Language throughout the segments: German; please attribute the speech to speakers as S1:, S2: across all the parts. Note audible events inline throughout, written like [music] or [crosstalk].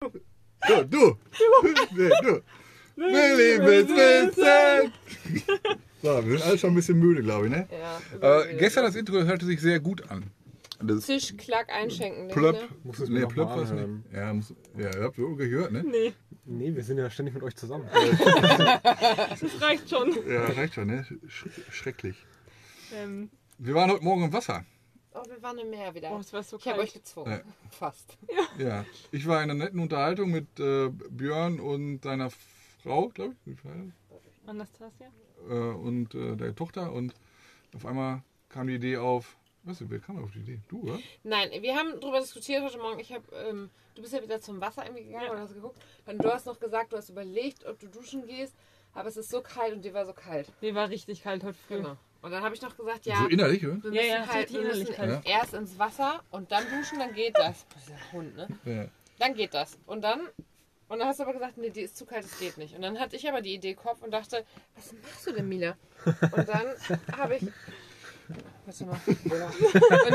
S1: Du, du. Nee, du. Wir lieben Vincent. So, wir sind alle schon ein bisschen müde, glaube ich, ne?
S2: Ja,
S1: Aber gestern das Intro hörte sich sehr gut an. Das
S2: Tisch, Klack, einschenken.
S1: Plöpp.
S3: Muss es mir
S1: Nee,
S3: noch
S1: Plöpp
S3: mal
S1: war es
S3: anhören.
S1: nicht. Ja, muss, ja, ihr habt so gehört, ne?
S4: Nee,
S3: Nee, wir sind ja ständig mit euch zusammen.
S4: das reicht schon.
S1: Ja, reicht schon, ne? Sch schrecklich.
S4: Ähm,
S1: Wir waren heute Morgen im Wasser.
S2: Oh, wir waren im Meer wieder.
S4: oh, es war so
S2: ich habe euch
S4: kalt.
S2: gezwungen. Fast.
S1: Ja, ich war in einer netten Unterhaltung mit äh, Björn und seiner Frau, glaube ich, sind verheiratet?
S4: Anastasia?
S1: äh, und äh, der Tochter. Und auf einmal kam die Idee auf, weißt du, wer kam auf die Idee? Du, oder?
S2: Nein, wir haben darüber diskutiert heute Morgen. Ich habe, ähm, du bist ja wieder zum Wasser irgendwie gegangen
S4: Ja.
S2: oder hast geguckt. Und du hast noch gesagt, du hast überlegt, ob du duschen gehst. Aber es ist so kalt und dir war so kalt.
S4: Nee, war richtig kalt heute früh.
S2: Genau. Und dann habe ich noch gesagt, ja,
S1: So innerlich, oder?
S2: wir
S4: Ja,
S2: müssen
S4: ja, das
S2: halt
S4: hat die
S2: wir müssen
S4: Innerlichkeit.
S2: erst ins Wasser und dann duschen, dann geht das. Das ist ein Hund, ne?
S1: Ja.
S2: Dann geht das. Und dann, und dann hast du aber gesagt, nee, die ist zu kalt, das geht nicht. Und dann hatte ich aber die Idee Kopf und dachte, was machst du denn, Mila? Und dann habe ich. Warte mal. Und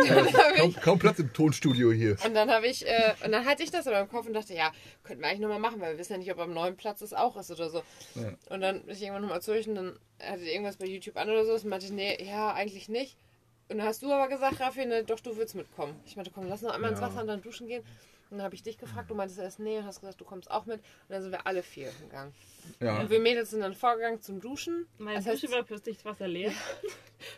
S2: dann habe
S1: Kaum,
S2: ich.
S1: kaum Platz im Tonstudio hier.
S2: Und dann habe ich, äh, und dann hatte ich das aber im Kopf und dachte, ja, könnten wir eigentlich nochmal machen, weil wir wissen ja nicht, ob am neuen Platz das auch ist oder so.
S1: Ja.
S2: Und dann bin ich irgendwann nochmal zurück und dann hatte ich irgendwas bei YouTube an oder so. Und meinte, ich, nee, ja, eigentlich nicht. Und dann hast du aber gesagt, Raffi, ne, doch, du willst mitkommen. Ich meinte, komm, lass noch einmal ins
S3: Ja.
S2: Wasser und dann duschen gehen. Und dann habe ich dich gefragt, du meintest erst nee und hast gesagt, du kommst auch mit. Und dann sind wir alle vier gegangen.
S1: Ja.
S2: Und wir Mädels sind dann vorgegangen zum Duschen.
S4: Meine
S2: das
S4: Dusche
S2: heißt,
S4: war plötzlich das Wasser leer.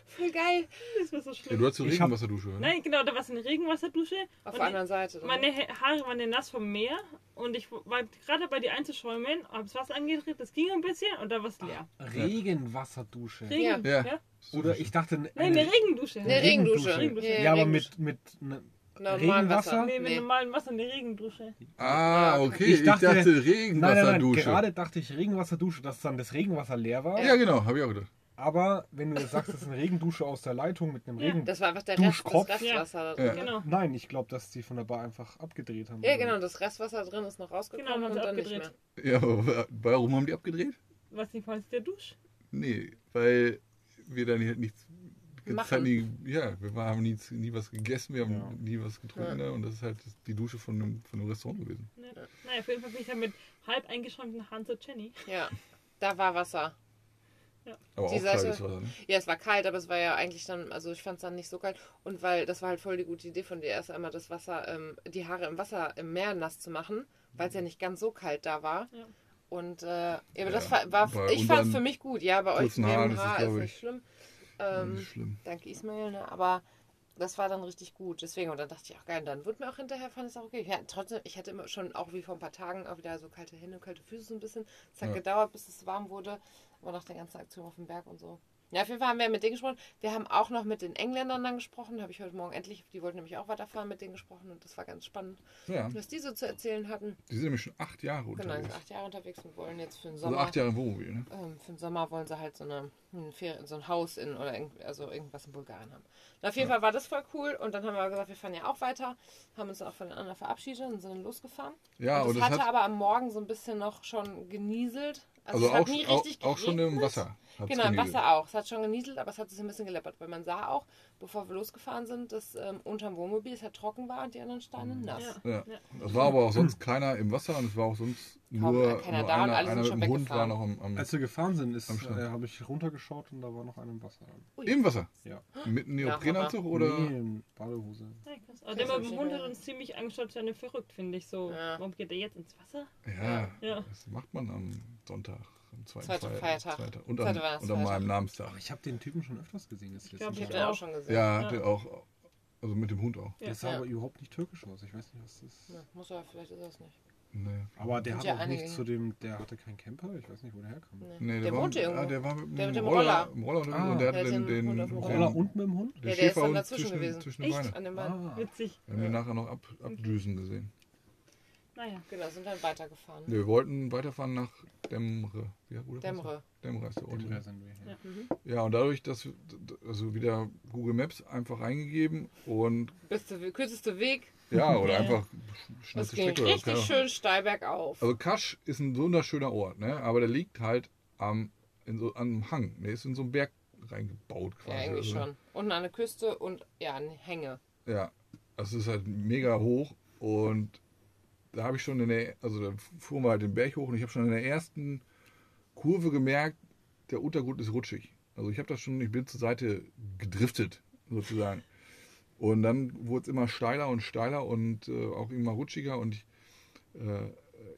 S2: voll geil.
S4: Das war so
S1: Ja,
S4: schlimm.
S1: du hast so
S3: Ich hab-
S1: Regenwasserdusche, oder?
S4: Nein, genau, da war es eine Regenwasserdusche.
S2: Auf
S4: Und
S2: der anderen Seite. dann.
S4: Meine Hä- Haare waren ja nass vom Meer und ich war gerade bei dir einzuschäumen, hab's Wasser angedreht, das ging ein bisschen und da war es leer.
S2: Ah,
S3: Regenwasserdusche.
S4: Regen,
S1: Ja.
S4: ja.
S3: Oder ich dachte. Eine,
S4: Nein, eine Regendusche.
S2: Eine Regendusche.
S4: Regendusche.
S3: Ja, aber mit. mit ne,
S2: Normalen
S3: Regenwasser?
S4: Nee, mit
S2: Nee.
S4: normalem Wasser eine Regendusche.
S1: Ah, okay. Ich
S3: Ich
S1: dachte,
S3: dachte- nein, nein, nein,
S1: Regenwasserdusche.
S3: gerade dachte ich Regenwasserdusche, dass dann das Regenwasser leer war.
S1: ja, genau, habe ich auch gedacht.
S3: Aber wenn du jetzt sagst, das ist eine Regendusche aus der Leitung mit einem
S4: Ja,
S3: Regen.
S2: Das war einfach der Rest, das
S3: Duschkopf.
S2: Restwasser. da
S1: Ja.
S2: drin.
S4: Genau.
S3: Nein, ich glaube, dass die von der Bar einfach abgedreht haben.
S2: Ja, genau, das Restwasser drin ist noch rausgekommen
S4: Genau, haben
S2: und
S4: sie
S2: dann nicht
S4: abgedreht.
S2: mehr.
S1: Ja, aber warum haben die abgedreht?
S4: Was nicht falls der Dusch.
S1: Nee, weil wir dann halt nichts.
S2: Machen.
S1: Halt nie, ja, wir haben nie, nie was gegessen, wir haben
S3: Ja.
S1: nie was getrunken. Ne? Und das ist halt die Dusche von einem, von einem Restaurant gewesen.
S4: Ne? Naja, auf jeden Fall bin ich dann mit halb eingeschäumten Haaren zu Jenny.
S2: Ja, da war Wasser.
S1: Aber
S2: Die
S1: auch
S2: Seite-
S1: kaltes Wasser. Ne?
S2: Ja, es war kalt, aber es war ja eigentlich dann, also ich fand es dann nicht so kalt. Und weil das war halt voll die gute Idee von dir, erst einmal das Wasser, ähm, die Haare im Wasser im Meer nass zu machen, weil es
S1: Mhm.
S2: ja nicht ganz so kalt da war.
S4: Ja.
S2: Und äh, ja, aber
S1: Ja,
S2: das war, war
S1: bei
S2: ich fand es
S1: unseren
S2: für mich gut. Ja, bei euch
S1: kurzen
S2: mit
S1: Haaren ist
S2: dem
S1: es,
S2: Haar ist,
S1: glaub ich.
S2: nicht schlimm.
S1: Nicht
S2: Ähm,
S1: schlimm.
S2: danke Ismail, ne? aber das war dann richtig gut. Deswegen, und dann dachte ich, ach geil, und dann wird mir auch hinterher, fand es auch okay. Ja, trotzdem, ich hatte immer schon auch wie vor ein paar Tagen auch wieder so kalte Hände und kalte Füße so ein bisschen. Es hat
S1: Ja.
S2: gedauert, bis es warm wurde. Aber nach der ganzen Aktion auf dem Berg und so. Ja, auf jeden Fall haben wir mit denen gesprochen. Wir haben auch noch mit den Engländern dann gesprochen. Habe ich heute Morgen endlich, die wollten nämlich auch weiterfahren, mit denen gesprochen. Und das war ganz spannend,
S1: Ja,
S2: was die so zu erzählen hatten.
S1: die sind nämlich schon acht Jahre
S2: Genau, die
S1: unterwegs.
S2: sind acht Jahre unterwegs und wollen jetzt für den
S1: also
S2: Sommer.
S1: acht Jahre im Wohnmobil, ne?
S2: Ähm, für den Sommer wollen sie halt so, eine, ein Ferien, so ein Haus in oder irgend, also irgendwas in Bulgarien haben. Und auf jeden Fall war das voll cool und dann haben wir gesagt, wir fahren ja auch weiter, haben uns auch voneinander verabschiedet und sind dann losgefahren.
S1: Ja, und
S2: und es
S1: das
S2: hatte
S1: hat
S2: aber am Morgen so ein bisschen noch schon genieselt.
S1: also
S2: es hat
S1: auch, auch, auch schon im
S2: geregnet.
S1: Wasser. hat's
S2: Genau, im
S1: genieselt.
S2: Wasser auch. Es hat schon genieselt, aber es hat sich ein bisschen geleppert, weil man sah auch, bevor wir losgefahren sind, dass ähm, unterm Wohnmobil es halt trocken war und die anderen Steine
S1: Mhm.
S2: nass.
S4: Ja.
S1: Ja.
S4: Ja.
S1: Es war aber auch sonst keiner im Wasser und es war auch sonst nur,
S2: keiner
S1: nur
S2: da und
S1: einer,
S2: alle sind
S1: einer mit
S2: schon
S1: dem Hund war
S2: weggefahren.
S1: noch am, am,
S3: Als wir gefahren sind, ist,
S1: Am Strand.
S3: äh, habe ich runtergeschaut und da war noch einer im Wasser.
S1: im Wasser.
S3: Ja.
S1: Mit einem Neoprenanzug oder?
S3: Nee, in Badehose.
S4: Ja, krass. Aber der
S2: Das
S4: mit
S2: ist
S4: dem
S2: schon
S4: Hund
S2: geil.
S4: hat uns ziemlich angeschaut, seine verrückt, finde ich so.
S2: Ja.
S4: Warum geht er jetzt ins Wasser?
S1: Ja,
S4: Ja.
S1: das macht man am Sonntag, am zweiten
S2: Zweiter
S1: Feier-
S2: Feiertag.
S1: Zweiter, und,
S2: Zweiter
S1: am, und an
S2: Weihnachtsfeiertag.
S1: meinem Namenstag.
S3: Aber ich habe den Typen schon öfters gesehen. Das
S4: glaub,
S2: Ich
S4: ich
S2: habe
S4: hab
S2: den
S4: auch.
S2: auch schon gesehen.
S1: Ja,
S4: Ja.
S1: der auch, also mit dem Hund auch.
S4: Ja.
S3: Der sah
S2: Ja.
S3: aber überhaupt nicht türkisch aus. Ich weiß nicht, was das ist.
S2: Ja, muss er, vielleicht ist er es nicht.
S1: Nee,
S3: Aber der hat
S2: ja
S3: auch
S2: einige.
S3: nichts zu dem, der hatte keinen Camper. Ich weiß nicht, wo der herkam.
S2: Nee.
S1: nee der,
S2: der
S1: war,
S2: wohnte irgendwo.
S1: Ah, der war mit,
S2: Der mit
S1: dem
S2: dem
S1: Roller,
S2: Roller.
S1: im Roller unterwegs
S3: Ah.
S1: und der hatte
S2: Der hat
S1: den,
S2: den
S1: den,
S2: Hund auf dem
S3: Roller
S1: den,
S3: und mit dem Hund?
S1: den
S3: Ah,
S2: Ja, der ist dann
S1: Schäferhund
S2: dazwischen
S1: zwischen,
S2: gewesen. Ah.
S1: zwischen den
S4: Echt?
S1: Beinen.
S2: An den Beinen.
S4: Witzig.
S1: Wir haben den nachher noch ab, abdüsen gesehen.
S4: Naja.
S2: Genau, sind dann weitergefahren.
S1: Nee, Wir wollten weiterfahren nach Demre. Wie, heißt- wo der
S2: Dämre.
S1: heißt? Dämre ist der Ort.
S3: Oder sind wir hier?
S4: Ja.
S2: Mhm.
S1: Ja, und dadurch, dass wir- also wieder Google Maps einfach eingegeben und
S2: Beste, kürzeste Weg.
S1: ja, oder
S4: Ja.
S1: einfach
S2: Es
S1: schnellste
S2: ging
S1: Strecke oder was, keine
S2: richtig
S1: Ahnung.
S2: schön steil bergauf.
S1: Also Kasch ist ein wunderschöner Ort, ne? aber der liegt halt am, in so, am Hang. Der ist in so einen Berg reingebaut quasi.
S2: ja, irgendwie
S1: also,
S2: schon. Unten an der Küste und ja, an Hänge.
S1: Ja. Das ist halt mega hoch und da habe ich schon in der, also da fuhren wir halt den Berg hoch und ich habe schon in der ersten Kurve gemerkt, der Untergrund ist rutschig. Also ich habe das schon, ich bin zur Seite gedriftet sozusagen. Und dann wurde es immer steiler und steiler und äh, auch immer rutschiger und ich, äh,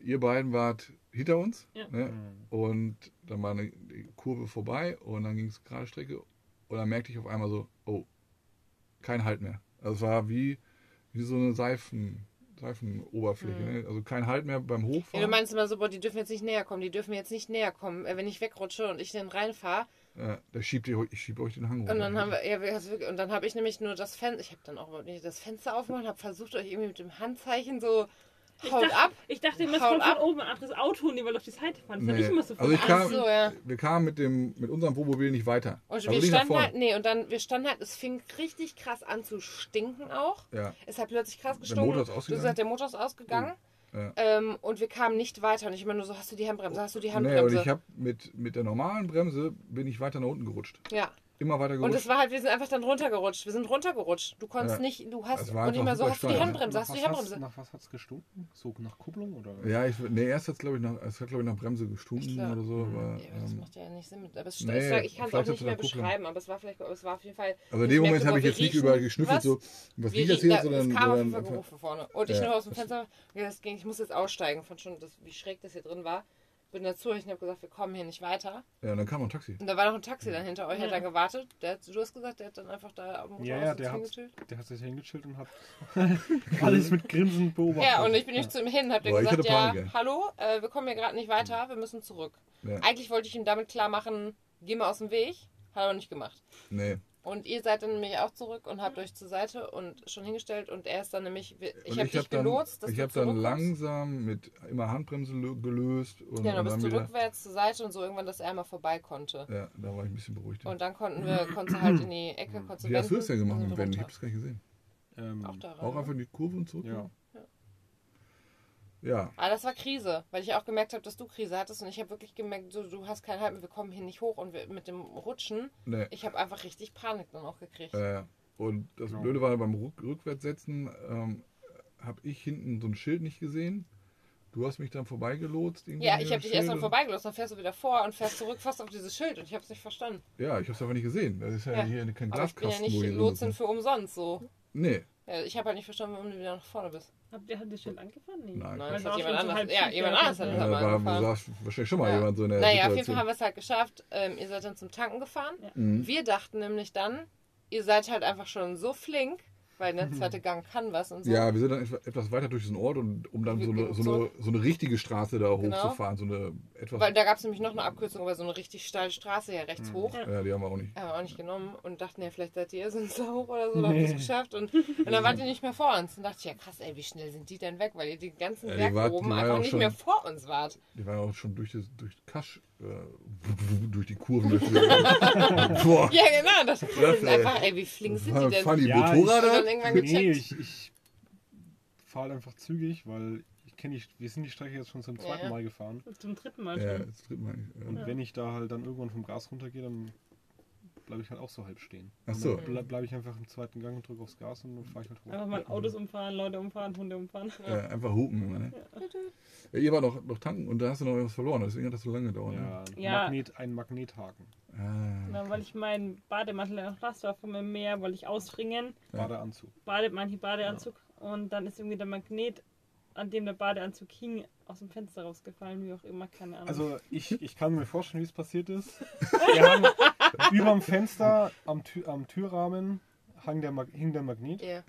S1: ihr beiden wart hinter uns
S4: Ja.
S1: ne?
S3: Mhm.
S1: und dann war eine Kurve vorbei und dann ging es gerade Strecke und dann merkte ich auf einmal so, oh, kein Halt mehr. Also es war wie, wie so eine Seifen, Seifenoberfläche.
S2: Mhm.
S1: Ne? Also kein Halt mehr beim
S2: Ja,
S1: Hochfahren.
S2: du meinst immer so, boah, die dürfen jetzt nicht näher kommen, die dürfen jetzt nicht näher kommen. Äh, Wenn ich wegrutsche und ich dann reinfahre,
S1: Äh, da schiebt ihr, ich schieb euch den Hang runter.
S2: und dann haben wir, ja, wir- also wirklich- und dann habe ich nämlich nur das Fenster, ich habe dann auch überhaupt nicht das Fenster aufgemacht, habe versucht, euch irgendwie mit dem Handzeichen so,
S4: Ich
S2: haut
S4: dachte-
S2: ab.
S4: Ich dachte immer, es
S2: Haut
S4: kommt
S2: ab.
S4: von oben ein anderes Auto, und die wollen auf die Seite fahren. Das ist ja nicht immer so von
S1: also ich
S4: außen.
S1: kam,
S2: Ach so, ja.
S1: wir kamen mit dem, mit unserem Wohnmobil nicht weiter.
S2: Und
S1: also
S2: wir
S1: nicht nach
S2: standen
S1: vorne.
S2: halt, nee, und dann, wir standen halt, es fing richtig krass an zu stinken auch.
S1: Ja,
S2: Es hat plötzlich krass
S1: der Motor
S2: gestunken.
S1: ist
S2: Du
S1: ausgegangen. Oh,
S2: sagst, der Motor ist ausgegangen.
S1: Ja.
S2: Ähm, und wir kamen nicht weiter. Und ich immer nur so, hast du die Handbremse, hast du die
S1: nee, und
S2: Handbremse?
S1: ich habe mit, mit der normalen Bremse bin ich weiter nach unten gerutscht.
S2: ja.
S1: Immer weiter
S2: Und
S1: gerutscht.
S2: es war halt, wir sind einfach dann runtergerutscht. Wir sind runtergerutscht. Du konntest
S1: Ja. Also
S2: nicht, du
S1: Es
S2: hast,
S1: war
S2: und
S1: einfach
S2: immer so,
S1: super
S2: hast du die
S1: steuer.
S2: Handbremse, hast du
S3: Nach
S2: die
S3: was hat's-
S2: Handbremse?
S3: Nach was hat es gestunken? So nach Kupplung oder?
S1: ja, ich, nee, erst hat es, glaube ich, nach, es hat, glaube ich, nach Bremse gestunken
S2: Ich glaub-
S1: oder so. Aber,
S2: Ja, aber Hm, das
S1: ähm,
S2: macht ja nicht Sinn. Mit, aber es
S1: Nee,
S2: nee, ich kann es auch
S1: vielleicht
S2: nicht
S1: hast du
S2: mehr
S1: da Kupplung.
S2: beschreiben, aber es war vielleicht, es war auf jeden Fall.
S1: also in
S2: ich
S1: dem
S2: merkte,
S1: Moment habe
S2: boah,
S1: ich
S2: wir
S1: jetzt nicht
S2: riechen
S1: über geschnüffelt,
S2: was.
S1: so, was
S2: Wir
S1: riecht das
S2: riechen-
S1: hier,
S2: da-
S1: sondern.
S2: es kam auf jeden Fall
S1: sondern
S2: Geruch von vorne. Und ich
S1: Ja,
S2: nur aus dem
S1: das-
S2: Fenster, ja, das ging, ich muss jetzt aussteigen, von schon, das, wie schräg das hier drin war. Bin dazu und habe gesagt, wir kommen hier nicht weiter.
S1: ja, und dann kam noch ein Taxi.
S2: Und da war noch ein Taxi dann hinter euch, hat
S4: Ja.
S2: dann gewartet. Der hat, du hast gesagt, der hat dann einfach da am Motor
S3: Ja, ja,
S2: aus-
S3: der hat-
S2: hingetötet.
S3: Der hat sich hingechillt und hat alles mit Grinsen beobachtet.
S2: Ja, und ich bin nicht zu ihm hin, hab dir
S1: Boah, ich
S2: gesagt,
S1: hätte
S2: ja,
S1: Panik, ey.
S2: hallo, äh, wir kommen hier gerade nicht weiter, wir müssen zurück.
S1: Ja.
S2: Eigentlich wollte ich ihm damit klar machen, geh mal aus dem Weg, hat er aber nicht gemacht.
S1: Nee.
S2: Und ihr seid dann nämlich auch zurück und habt euch zur Seite und schon hingestellt und er ist dann nämlich, ich
S1: Und
S2: habe dich
S1: dann-
S2: gelotst, dass
S1: Ich
S2: du
S1: habe dann
S2: zurückkommst.
S1: langsam mit immer Handbremse lö- gelöst. Und,
S2: Genau,
S1: und
S2: du
S1: dann
S2: bist du
S1: wieder,
S2: rückwärts zur Seite und so irgendwann, dass er mal vorbei konnte.
S1: Ja, da war ich ein bisschen beruhigt.
S2: Und dann konnten wir, konntest du halt in die Ecke, konntest du
S1: Wie hast du
S2: wenden
S1: das denn gemacht
S2: und
S1: mit Ben? Ich
S2: runter. Äh.
S1: hab's gar nicht gesehen.
S3: Ähm,
S2: Auch daran.
S1: Auch einfach in die Kurve und zurück?
S3: Ja.
S1: Ja.
S2: Ah, das war Krise, weil ich auch gemerkt habe, dass du Krise hattest und ich habe wirklich gemerkt, so, du hast keinen Halt mehr, wir kommen hier nicht hoch und wir, mit dem Rutschen,
S1: Nee.
S2: ich habe einfach richtig Panik dann auch gekriegt.
S1: Äh, und das
S3: Genau.
S1: Blöde war beim Ruck Rückwärtssetzen, ähm, habe ich hinten so ein Schild nicht gesehen. Du hast mich dann vorbeigelotst. irgendwie
S2: ja,
S1: mit
S2: ich
S1: dem
S2: habe dich erst mal
S1: Schild und-
S2: vorbeigelost, dann fährst du wieder vor und fährst zurück fast auf dieses Schild und ich habe es nicht verstanden.
S1: Ja, ich hab's einfach nicht gesehen. Das ist ja,
S2: Ja.
S1: hier kein
S2: Aber ich bin
S1: Glaskasten.
S2: ja nicht
S1: wo hier so
S2: Lotsin
S1: sitzen.
S2: für umsonst so.
S1: Nee,
S2: Ja, ich habe halt nicht verstanden, warum du wieder nach vorne bist.
S4: Habt ihr, habt ihr schon angefangen? Nee.
S1: nein.
S2: Nein, das
S4: Also
S2: hat
S4: auch
S2: jemand
S4: schon so
S2: anders.
S4: halb
S2: Ja,
S4: schief,
S2: jemand
S4: ja.
S2: anders hat
S4: Ja,
S2: uns
S1: Ah, da
S2: aber
S1: war,
S2: angefahren.
S1: saß wahrscheinlich schon mal
S2: Ja.
S1: jemand so in der
S2: Naja, auf jeden Fall
S1: Situation.
S2: haben wir es halt geschafft. Ähm, ihr seid dann zum Tanken gefahren.
S1: Mhm.
S2: Wir dachten nämlich dann, ihr seid halt einfach schon so flink, weil der
S1: [laughs]
S2: zweite Gang kann was und so.
S1: Ja, wir sind dann etwa- etwas weiter durch diesen Ort, und, um dann
S2: Wir
S1: so eine,
S2: gehen
S1: so, eine, so eine richtige Straße da
S2: Genau.
S1: hochzufahren. So eine etwas.
S2: Weil da gab es nämlich noch eine Abkürzung über so eine richtig steile Straße hier
S1: Mhm.
S2: rechts hoch.
S4: Ja.
S1: ja, die haben wir auch nicht.
S2: Haben wir auch nicht genommen und dachten ja, vielleicht seid ihr so ein Sau oder so, da habt ihr es geschafft. Und, und dann wart ihr nicht mehr vor uns. Und dachte ich, ja krass, ey, wie schnell sind die denn weg, weil ihr den ganzen
S1: Ja, die
S2: Berg
S1: warten- die
S2: oben
S1: waren
S2: einfach
S1: ja auch
S2: nicht
S1: schon-
S2: mehr vor uns wart.
S1: Die waren auch schon durch, das, durch Kasch, äh, [laughs] durch die Kurven. durch die-
S2: [laughs]
S1: Boah,
S2: Ja, genau, das ist
S1: [laughs] Krass, ey.
S2: einfach, ey, wie flink sind die denn?
S1: fahren die
S3: Ja,
S2: Und
S1: Motorräder?
S2: dann irgendwann
S3: Nee,
S2: gecheckt.
S3: ich, ich fahre einfach zügig, weil ich kenne die, wir sind die Strecke jetzt schon zum zweiten
S2: Ja.
S3: Mal gefahren.
S4: Zum dritten Mal
S1: Ja,
S4: schon.
S1: das tritt man nicht.
S3: Und
S1: Ja.
S3: wenn ich da halt dann irgendwann vom Gas runtergehe, dann bleibe ich halt auch so halb stehen.
S1: Ach
S3: Und
S1: so.
S3: Dann bleibe bleib ich einfach im zweiten Gang und drücke aufs Gas und dann fahre ich halt hoch.
S4: Einfach mal Autos umfahren, Leute umfahren, Hunde umfahren. [laughs]
S1: Ja, einfach hupen immer, ne? Ja, ihr wart noch, noch tanken und da hast du noch was verloren, deswegen hat das so lange gedauert. Ne?
S3: Ja,
S4: Ja.
S3: Magnet, ein Magnethaken.
S1: Ah,
S4: Ja, weil ich meinen Bademantel noch nass war vom Meer, wollte ich ausringen.
S3: Badeanzug.
S4: Bade, manche Badeanzug. Und dann ist irgendwie der Magnet, an dem der Badeanzug hing, aus dem Fenster rausgefallen, wie auch immer, keine Ahnung.
S3: Also ich, ich kann mir vorstellen, wie es
S4: [laughs]
S3: passiert ist. Wir haben überm Fenster am, Tür, am Türrahmen hang der, Mag- hing der Magnet
S2: Ja.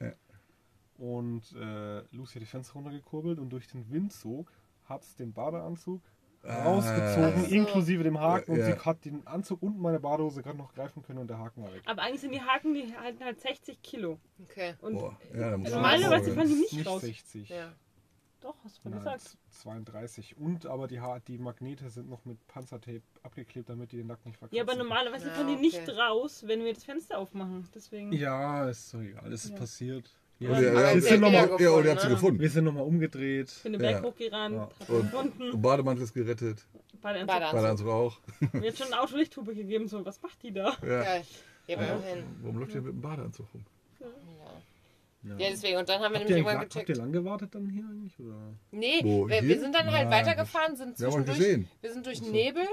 S3: und äh, Lucy hat die Fenster runtergekurbelt und durch den Windzug hat es den Badeanzug
S1: Ah.
S3: rausgezogen,
S2: Ach so.
S3: inklusive dem Haken. Und
S1: Ja.
S3: sie hat den Anzug und meine Badehose gerade noch greifen können und der Haken war weg.
S4: Aber eigentlich sind die Haken, die halten halt 60 Kilo.
S2: Okay.
S4: Und
S1: Boah, ja, da muss man
S4: normalerweise
S1: auch-
S4: fahren die nicht,
S3: Also, Nicht
S4: raus.
S3: 60.
S2: Ja.
S4: Doch, hast du
S3: Nein,
S4: gesagt.
S3: 32. Und aber die, Ha- die Magnete sind noch mit Panzertape abgeklebt, damit die den Lack nicht verkratzen.
S4: Ja, aber normalerweise
S2: Ja,
S4: fahren die
S2: okay.
S4: nicht raus, wenn wir das Fenster aufmachen. Deswegen.
S5: Ja, ist doch egal, es ist
S4: Ja.
S5: passiert. Also,
S1: Und
S5: Wir,
S1: ihr-
S2: Aber
S1: ihr-
S2: sie hat
S1: ihr-
S2: wieder
S1: ihr- ihr- und ihr habt sie
S2: gefunden,
S1: gefunden.
S5: wir sind nochmal umgedreht.
S4: Ich bin den
S1: Ja.
S4: Berg hochgerannt,
S5: Ja.
S4: hab ihn
S1: Und-
S4: gefunden,
S1: Bademantel ist gerettet,
S4: Badeanzug.
S2: Badeanzug.
S1: Badeanzug auch.
S4: Mir hat schon ein Auto Lichthupe gegeben, so, was macht die da?
S1: Ja.
S2: Ja, ich gebe
S1: Ja.
S2: hin.
S1: Warum läuft ihr mit dem Badeanzug rum?
S2: Ja. Ja, deswegen. Und dann haben wir
S5: habt, ihr
S2: nämlich
S5: eigentlich
S2: irgendwann
S5: lang, habt ihr
S2: gecheckt.
S5: lang gewartet dann hier eigentlich? Oder?
S2: Nee,
S1: Wo,
S2: wir, wir
S1: hier?
S2: sind dann halt
S5: Nein,
S2: weitergefahren, sind
S1: Wir haben euch
S2: zwischendurch.
S1: gesehen.
S2: Wir sind durch Nebel.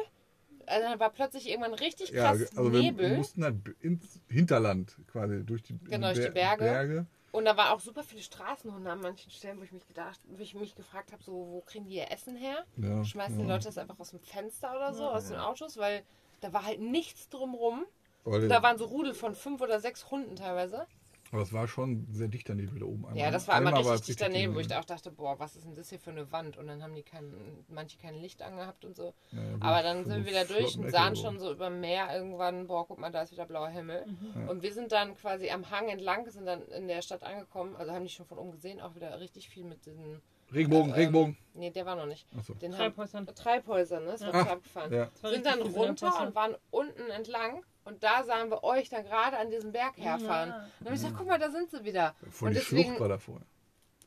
S2: Also dann war plötzlich irgendwann richtig
S1: Ja,
S2: krass
S1: also wir
S2: Nebel.
S1: mussten halt ins Hinterland quasi durch die, in
S2: Genau, durch die
S1: Ber-
S2: Berge. Und da waren auch super viele Straßenhunde an manchen Stellen, wo ich mich gedacht, wo ich mich gefragt habe, so, wo kriegen die ihr Essen her?
S1: Ja,
S2: Schmeißen
S1: ja.
S2: die Leute das einfach aus dem Fenster oder so, aus den Autos, weil da war halt nichts drumrum.
S1: Aber,
S2: Und da waren so Rudel von fünf oder sechs Hunden teilweise.
S1: aber es war schon sehr dicht daneben da oben. Einmal.
S2: Ja, das war einmal
S1: war's
S2: richtig dicht daneben, wo ich
S1: daneben.
S2: auch dachte, boah, was ist denn das hier für eine Wand? Und dann haben die kein, manche kein Licht angehabt und so.
S1: Ja, ja,
S2: Aber dann
S1: so
S2: sind wir wieder durch und
S1: Flottenecke
S2: sahen
S1: so.
S2: schon so über Meer irgendwann, boah, guck mal, da ist wieder blauer Himmel. Und wir sind dann quasi am Hang entlang, sind dann in der Stadt angekommen, also haben die schon von oben gesehen, auch wieder richtig viel mit diesen,
S1: Regenbogen,
S2: ähm,
S1: Regenbogen.
S2: nee, der war noch nicht.
S1: Achso.
S2: Den haben,
S4: Treibhäusern.
S2: Treibhäuser, ne? Das war
S1: Ja.
S2: total abgefahren.
S1: Ja.
S4: Das war
S2: Genau. Sind
S4: richtig
S2: dann
S4: viel mit der
S2: runter
S4: Posse.
S2: und waren unten entlang und da sahen wir euch dann gerade an diesem Berg herfahren.
S4: Ja.
S2: Und dann hab ich gesagt, guck mal, da sind sie wieder.
S1: Vor
S2: und
S1: die
S2: deswegen-
S1: Schlucht war da vorher.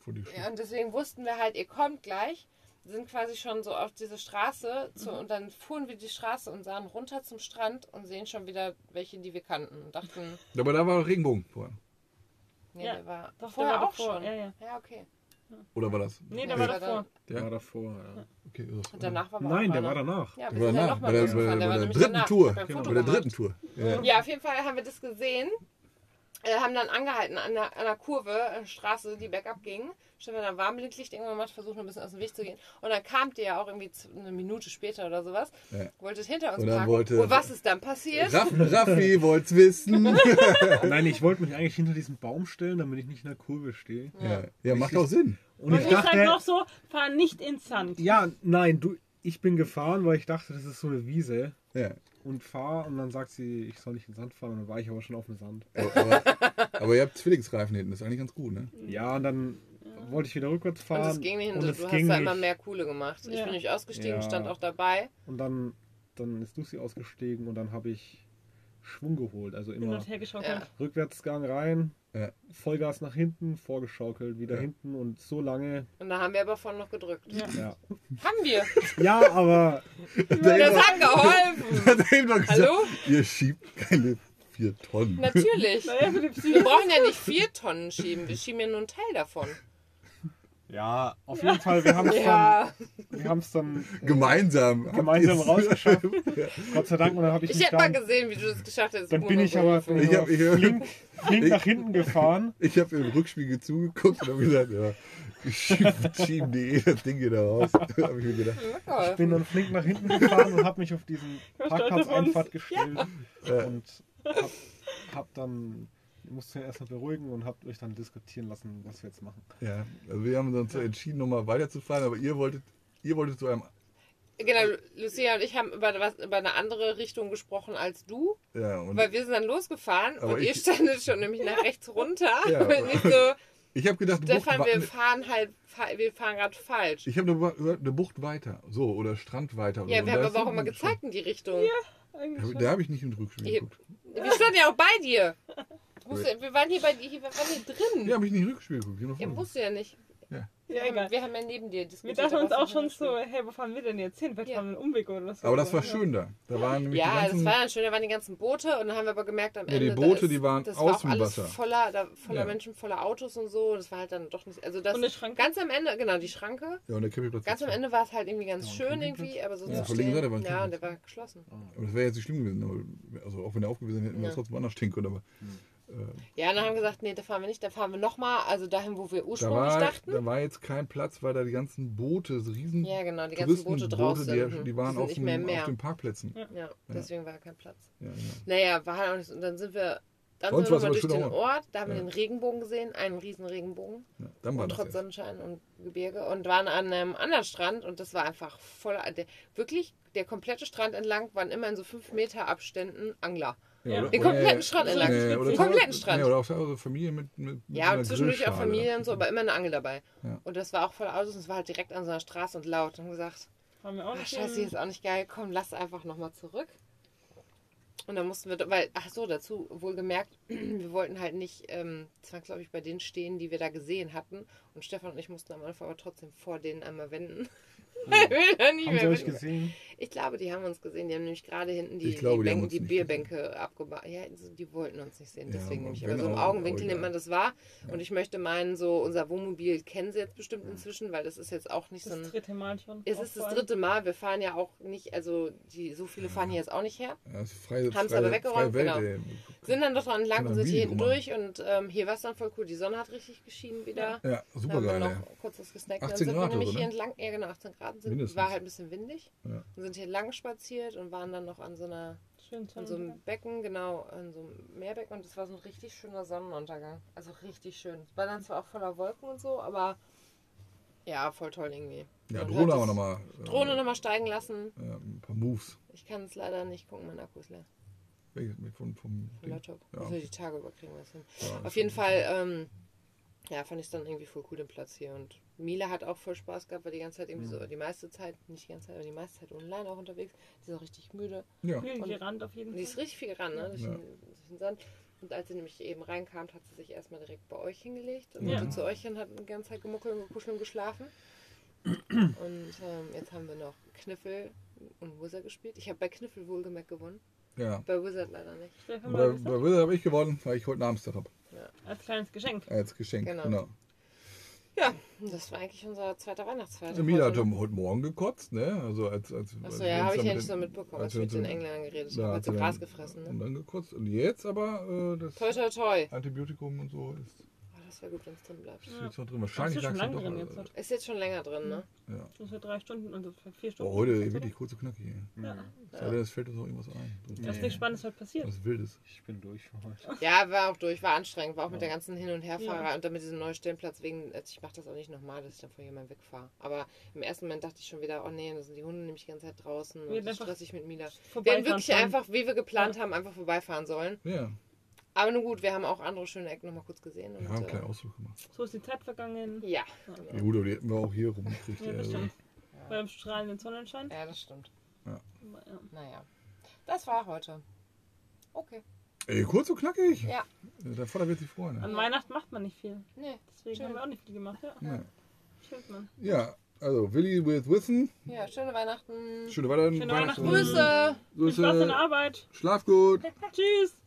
S1: Vor die Schlucht.
S2: Ja, und deswegen wussten wir halt, ihr kommt gleich. Sind quasi schon so auf diese Straße
S4: Mhm.
S2: zu, und dann fuhren wir die Straße und sahen runter zum Strand und sehen schon wieder welche, die wir kannten. Und dachten,
S1: Aber da war Regenbogen vorher.
S2: nee,
S4: Ja,
S2: der war
S4: doch, der
S2: vorher
S4: war
S2: auch
S4: davor,
S2: schon.
S4: ja, ja.
S2: okay.
S1: Oder war das?
S4: Nee,
S2: Ja,
S4: der war
S2: der war
S4: davor.
S1: Ja.
S5: War davor, ja.
S1: Okay, ist das-
S2: Und danach waren wir
S5: Nein,
S2: auch
S5: der
S2: mal
S5: war
S2: noch.
S5: danach.
S2: Ja, wir
S1: Der war
S2: sind dann
S1: danach, bei der,
S2: nochmal
S1: bei der,
S2: losgefahren.
S1: bei
S2: war
S1: der
S2: nämlich
S1: dritten
S2: danach.
S1: Tour.
S2: Ich hab ein
S1: Genau,
S2: Foto
S1: bei der
S2: gemacht.
S1: dritten Tour. Ja.
S2: Ja, auf jeden Fall haben wir das gesehen. Äh, haben dann angehalten an der, an der Kurve, äh, Straße, die bergab ging. Stehen wir dann warm Blinklicht irgendwann mal versucht, ein bisschen aus dem Weg zu gehen. Und dann kamt ihr ja auch irgendwie z- eine Minute später oder sowas.
S1: Ja.
S2: Wolltet hinter uns
S1: Und dann
S2: parken.
S1: wollte-
S2: Und was ist dann passiert?
S1: Raffi, Raffi wollt's
S2: [laughs]
S1: wissen.
S5: Nein, ich wollte mich eigentlich hinter diesen Baum stellen, damit ich nicht in der Kurve stehe.
S1: ja. ja, macht auch Sinn.
S5: Und ich
S4: Und ich sag noch
S5: dachte,
S4: so, fahr nicht ins Sand.
S5: ja, nein, du, ich bin gefahren, weil ich dachte, das ist so eine Wiese.
S1: Ja.
S5: Und fahr und dann sagt sie, ich soll nicht in den Sand fahren. Und dann war ich aber schon auf dem Sand.
S1: Aber, aber, aber ihr habt Zwillingsreifen hinten, das ist eigentlich ganz gut, ne?
S5: Ja, und dann wollte ich wieder rückwärts
S2: Und
S5: fahren.
S2: es ging nicht. Und
S5: es
S2: du hast
S5: ging
S2: da
S5: nicht.
S2: immer mehr Coole gemacht. Ich
S4: Ja.
S2: bin nicht ausgestiegen,
S5: Ja.
S2: stand auch dabei.
S5: Und dann, dann ist Lucy ausgestiegen und dann habe ich Schwung geholt. Also
S4: Hin
S5: immer
S4: und [laughs] her geschaukelt.
S5: Rückwärtsgang rein,
S1: Ja.
S5: Vollgas nach hinten, vorgeschaukelt, wieder
S1: Ja.
S5: hinten und so lange.
S2: Und da haben wir aber vorne noch gedrückt.
S4: Ja.
S5: Ja,
S2: Haben wir.
S5: ja aber
S2: Das hat [laughs]
S1: [laughs]
S2: geholfen.
S1: hat er ihm doch gesagt,
S2: Hallo?
S1: ihr schiebt keine vier Tonnen.
S2: Natürlich.
S4: Naja, für die Psyche.
S2: Wir brauchen ja nicht vier Tonnen schieben. Wir schieben ja nur einen Teil davon.
S5: ja, auf jeden Fall, wir haben es dann, wir haben's dann
S1: Gemeinsam. habt
S5: gemeinsam
S1: ihr's-
S5: rausgeschafft. Gott sei Dank, und dann habe ich,
S2: Ich
S5: mich
S2: hätte mal
S5: dann,
S2: gesehen, wie du das geschafft hättest.
S5: dann bin
S2: Bruno.
S5: ich aber bin
S1: Ich
S5: ich
S1: hab-
S5: hab,
S1: ich hab-
S5: flink, flink nach hinten gefahren.
S1: Ich habe im Rückspiegel zugeguckt und habe gesagt, ja, ich schieb- schieben die eh das Ding hier da raus. [laughs] hab ich mir gedacht.
S2: Geholfen.
S5: Ich bin dann flink nach hinten gefahren und habe mich auf diesen
S4: war stolz auf
S5: Parkplatzeinfahrt
S4: uns.
S5: gestellt
S1: Ja.
S5: und hab, hab dann musste erstmal beruhigen und habt euch dann diskutieren lassen, was wir jetzt machen.
S1: Ja, also wir haben uns entschieden, nochmal weiterzufahren, aber ihr wolltet, ihr wolltet zu einem,
S2: Genau, Lucia und ich haben über, was, über eine andere Richtung gesprochen als du,
S1: ja, und
S2: weil wir sind dann losgefahren
S1: Aber
S2: und
S1: ich-
S2: ihr standet schon nämlich nach rechts
S5: [laughs]
S2: runter.
S1: Ja,
S2: und ich so,
S1: ich habe gedacht, Bucht
S2: Stefan,
S1: wa-
S2: wir fahren halt, fa- wir fahren gerade falsch.
S1: ich habe eine, eine Bucht weiter, so, oder Strand weiter. oder
S2: ja,
S1: so.
S2: wir
S1: Da ist
S2: haben aber auch
S1: irgendwie
S2: immer gezeigt in die Richtung.
S1: schon- Da hab- Da habe ich nicht in den Rückspiegel
S2: Ich-
S1: geguckt.
S2: Wir standen ja auch bei
S5: [laughs]
S2: dir. Du musst, ja- wir waren hier bei dir, wir waren hier drin.
S1: Ja, habe ich nicht in den Rückspiegel geguckt. Ich hab
S2: Ihr
S1: nur vorne.
S2: wusstet ja nicht.
S4: Ja,
S2: wir,
S4: egal.
S2: haben, wir haben ja neben dir
S4: Wir
S2: diskutiert.
S4: dachten uns
S2: aber
S4: auch
S2: es war
S4: schon
S2: schlimm.
S4: so, hey, wo fahren wir denn jetzt hin? Vielleicht
S2: Ja.
S4: fahren wir einen Umweg oder so.
S1: Aber das war schön da. Da waren nämlich
S2: Ja,
S1: die ganzen,
S2: das war dann schön, da waren die ganzen Boote und dann haben wir aber gemerkt am
S1: Ja, die
S2: Ende. da
S1: Boote,
S2: ist,
S1: die waren
S2: das
S1: aus
S2: war auch
S1: dem
S2: alles
S1: Wasser.
S2: Voller, da, voller
S1: Ja.
S2: Menschen, voller Autos und so. Das war halt dann doch nicht. Also das
S4: Und eine Schranke.
S2: ganz am Ende, genau, die Schranke.
S1: ja, und der Campingplatz.
S2: Ganz am Ende war es halt irgendwie ganz
S5: Ja, und
S2: schön
S5: Campingplatz.
S2: irgendwie, aber so
S1: Ja,
S2: zu
S1: von links
S2: stehen.
S1: Seite war ein
S2: Ja, und der
S1: Campingplatz.
S2: war geschlossen.
S1: Aber das wäre jetzt nicht schlimm gewesen, aber, also auch wenn er aufgewiesen hätte, hätten wir
S2: Ja.
S1: trotzdem anders stehen können. Aber
S2: Ja, und dann haben wir gesagt, nee, da fahren wir nicht, da fahren wir nochmal, also dahin, wo wir
S1: da
S2: ursprünglich
S1: war,
S2: dachten.
S1: da war jetzt kein Platz, weil da die ganzen Boote, so riesen
S2: Ja, genau, die ganzen Boote
S1: Touristenboote,
S2: draußen.
S1: die,
S2: Mhm.
S1: die waren
S2: Die sind
S1: auf,
S2: nicht
S1: dem,
S2: mehr im Meer.
S1: auf den Parkplätzen. Ja.
S2: ja, deswegen war kein Platz.
S1: Ja,
S2: Naja, war halt auch nicht so. Und dann sind wir,
S1: Sonst
S2: dann sind wir
S1: war's
S2: nochmal
S1: aber
S2: durch den
S1: schöner
S2: Ort, da haben wir
S1: Ja.
S2: den Regenbogen gesehen, einen riesen Regenbogen.
S1: ja. Dann war
S2: Und
S1: das
S2: trotz
S1: erst.
S2: Sonnenschein und Gebirge und waren an einem anderen Strand und das war einfach voll. Der, wirklich, der komplette Strand entlang waren immer in so 5 Meter Abständen Angler.
S1: Ja, oder-
S2: Den
S1: oder-
S2: kompletten Strand entlang.
S1: Nee, oder
S2: den
S1: zu-
S2: kompletten Strand.
S1: Nee, oder auch zu Hause Familie mit, mit, mit
S2: ja,
S1: einer
S2: und zwischendurch auch
S1: Grillschale.
S2: Familie und so, aber immer eine Angel dabei.
S1: Ja.
S2: Und das war auch voll Autos und es war halt direkt an so einer Straße und laut. Und haben gesagt,
S4: Fahren wir auch
S2: ach,
S4: nicht
S2: scheiße, hier
S4: hin.
S2: ist auch nicht geil, komm, lass einfach nochmal zurück. Und dann mussten wir, weil, ach so, dazu wohlgemerkt, [clears throat] wir wollten halt nicht ähm, zwangsläufig bei denen stehen, die wir da gesehen hatten. Und Stefan und ich mussten am Anfang aber trotzdem vor denen einmal wenden. [laughs]
S1: Hm.
S2: Weil wir da nicht
S5: Haben sie
S2: mehr
S5: euch
S2: wenden-
S5: gesehen?
S2: ich glaube, die haben uns gesehen. Die haben nämlich gerade hinten die,
S1: Ich glaube,
S2: die,
S1: die haben
S2: Bänke,
S1: uns
S2: die
S1: nicht
S2: Bierbänke abgebaut. Ja, also die wollten uns nicht sehen,
S1: Ja,
S2: deswegen
S1: aber
S2: nicht.
S1: wenn
S2: Aber so im
S1: auch, oh
S2: Augenwinkel
S1: aber
S2: nimmt man
S1: egal.
S2: das wahr. Und ich möchte meinen, so unser Wohnmobil kennen sie jetzt bestimmt inzwischen, weil das ist jetzt auch nicht so
S4: Das
S2: ein.
S4: dritte Mal schon.
S2: Es ist das
S4: Aufräumen.
S2: dritte Mal. Wir fahren ja auch nicht, also die, so viele fahren hier jetzt auch nicht her.
S1: Ja, das ist freie,
S2: Haben's
S1: freie,
S2: aber weggeräumt,
S1: freie Welt,
S2: genau.
S1: ey.
S2: Sind dann doch dran entlang
S1: Kann
S2: und
S1: man
S2: sind hier hinten
S1: Video
S2: durch und ähm, hier war es dann voll cool. Die Sonne hat richtig geschienen wieder.
S1: Ja,
S2: Da
S1: super
S2: haben wir
S1: geil.
S2: noch kurz was gesnackt.
S1: 18
S2: dann sind
S1: Grad
S2: wir nämlich
S1: oder so,
S2: hier
S1: ne?
S2: entlang, ja genau, 18 Grad sind,
S1: Mindestens.
S2: war halt ein bisschen windig.
S1: Ja.
S2: Und sind hier lang spaziert und waren dann noch an so einer
S4: Schön
S2: an so einem Becken, genau, an so einem Meerbecken und das war so ein richtig schöner Sonnenuntergang. Also richtig schön. Es war dann zwar auch voller Wolken und so, aber ja, voll toll irgendwie.
S1: Ja,
S2: Man
S1: Drohne
S2: hört
S1: haben wir
S2: es-
S1: nochmal.
S2: Drohne nochmal steigen lassen.
S1: Ja, ein paar Moves.
S2: Ich kann es leider nicht gucken, mein Akku ist leer.
S1: Welches mit vom, vom
S2: Von
S1: Ding?
S2: Laptop.
S1: Ja.
S2: Müssen wir die Tage überkriegen wir es hin.
S1: Ja,
S2: Auf jeden Fall, ähm, ja, fand ich es dann irgendwie voll cool, den Platz hier. Und Mila hat auch voll Spaß gehabt, weil die ganze Zeit irgendwie so,
S1: Mhm.
S2: die meiste Zeit, nicht die ganze Zeit, aber die meiste Zeit online auch unterwegs. Die ist auch richtig müde.
S1: Ja,
S4: Viel
S2: Und-
S4: gerannt auf jeden
S2: Und die ist
S4: Fall.
S2: richtig viel ran, ne? Durch,
S1: Ja.
S2: den, durch den Sand. Und als sie nämlich eben reinkam, hat sie sich erstmal direkt bei euch hingelegt und
S4: Ja.
S2: wollte zu euch hin, hat die ganze Zeit gemuckelt und gekuschelt
S1: [clears throat]
S2: und geschlafen. Und ähm, jetzt haben wir noch Kniffel und Wizard gespielt. Ich habe bei Kniffel wohlgemerkt gewonnen.
S1: ja.
S2: Bei Wizard leider nicht.
S4: Stefan
S1: Bei,
S4: mal gesagt,
S1: bei Wizard habe ich gewonnen, weil ich heute Namenstag habe.
S4: als kleines Geschenk.
S1: Als Geschenk.
S2: Genau.
S1: Genau.
S2: Ja, und das war eigentlich unser zweiter Weihnachtsfeier.
S1: Also Mila hat heute Morgen gekotzt, ne? Also als, als, als
S2: Achso,
S1: wir
S2: ja,
S1: uns
S2: habe ich
S1: dann
S2: ja
S1: mit
S2: nicht so
S1: den-
S2: mitbekommen, als
S1: als
S2: wir
S1: wir uns
S2: mit den
S1: dann-
S2: Engländern geredet
S1: da
S2: haben. Hat
S1: hat
S2: sie
S1: sie
S2: Gras
S1: dann-
S2: gefressen,
S1: Und
S2: ne?
S1: dann gekotzt. Und jetzt aber äh, das
S2: Toi, toi, toi.
S1: Antibiotikum und so ist,
S2: Oh, das wäre gut, wenn es drin bleibt.
S1: ist
S4: Ja.
S1: jetzt noch drin. Wahrscheinlich
S4: Hast du schon
S1: lag's
S4: lange
S1: doch,
S4: drin
S1: äh,
S4: jetzt? oder?
S2: Ist jetzt schon länger drin, ne?
S1: ja.
S4: Das sind drei Stunden, also vier Stunden.
S1: Oh, heute
S4: oder?
S1: wirklich kurz und knackig. ey.
S4: Ja.
S1: Es sei denn, es fällt uns noch irgendwas ein.
S4: Was
S1: Das
S4: nichts Spannendes heute passiert.
S1: was Wildes.
S5: Ich bin durch für heute.
S2: Ja, war auch durch, war anstrengend, war auch mit der ganzen Hin- und Herfahrerei
S4: Ja.
S2: und dann mit diesem Neustellenplatz wegen, also ich mache das auch nicht nochmal, dass ich dann vor jemandem wegfahre. Aber im ersten Moment dachte ich schon wieder, oh nee, da sind die Hunde nämlich die ganze Zeit draußen
S4: Wir
S2: und das
S4: einfach
S2: stressig mit Mila. Wir
S4: Vorbeifahren
S2: hätten wirklich
S4: sollen.
S2: einfach, wie wir geplant haben, einfach vorbeifahren sollen.
S1: Ja,
S2: Aber nun gut, wir haben auch andere schöne Ecken nochmal kurz gesehen. Und,
S1: wir haben einen
S2: äh,
S1: kleinen Ausflug gemacht.
S4: So ist die Zeit vergangen.
S2: ja,
S1: Ja gut, aber die hätten wir auch hier rumgekriegt.
S4: Ja,
S1: ey,
S4: das
S1: also.
S4: stimmt. Beim strahlenden Sonnenschein.
S2: ja, das stimmt.
S4: Aber, ja.
S2: Naja, das war heute. Okay.
S1: Ey, kurz und knackig.
S2: Ja.
S1: Der Vater wird sich freuen.
S4: An
S1: Ja.
S4: Weihnachten macht man nicht viel.
S2: Nee,
S4: Deswegen
S2: Schön.
S4: haben wir auch nicht viel gemacht. Ja,
S1: Ja.
S4: chillt man.
S1: ja, also Willi with Wissen.
S2: ja, schöne Weihnachten.
S1: Schöne Weihnachten.
S4: Schöne Weihnachten.
S2: Grüße.
S4: Viel Spaß in der
S1: Grüße.
S4: Arbeit.
S1: Schlaf gut.
S4: Tschüss.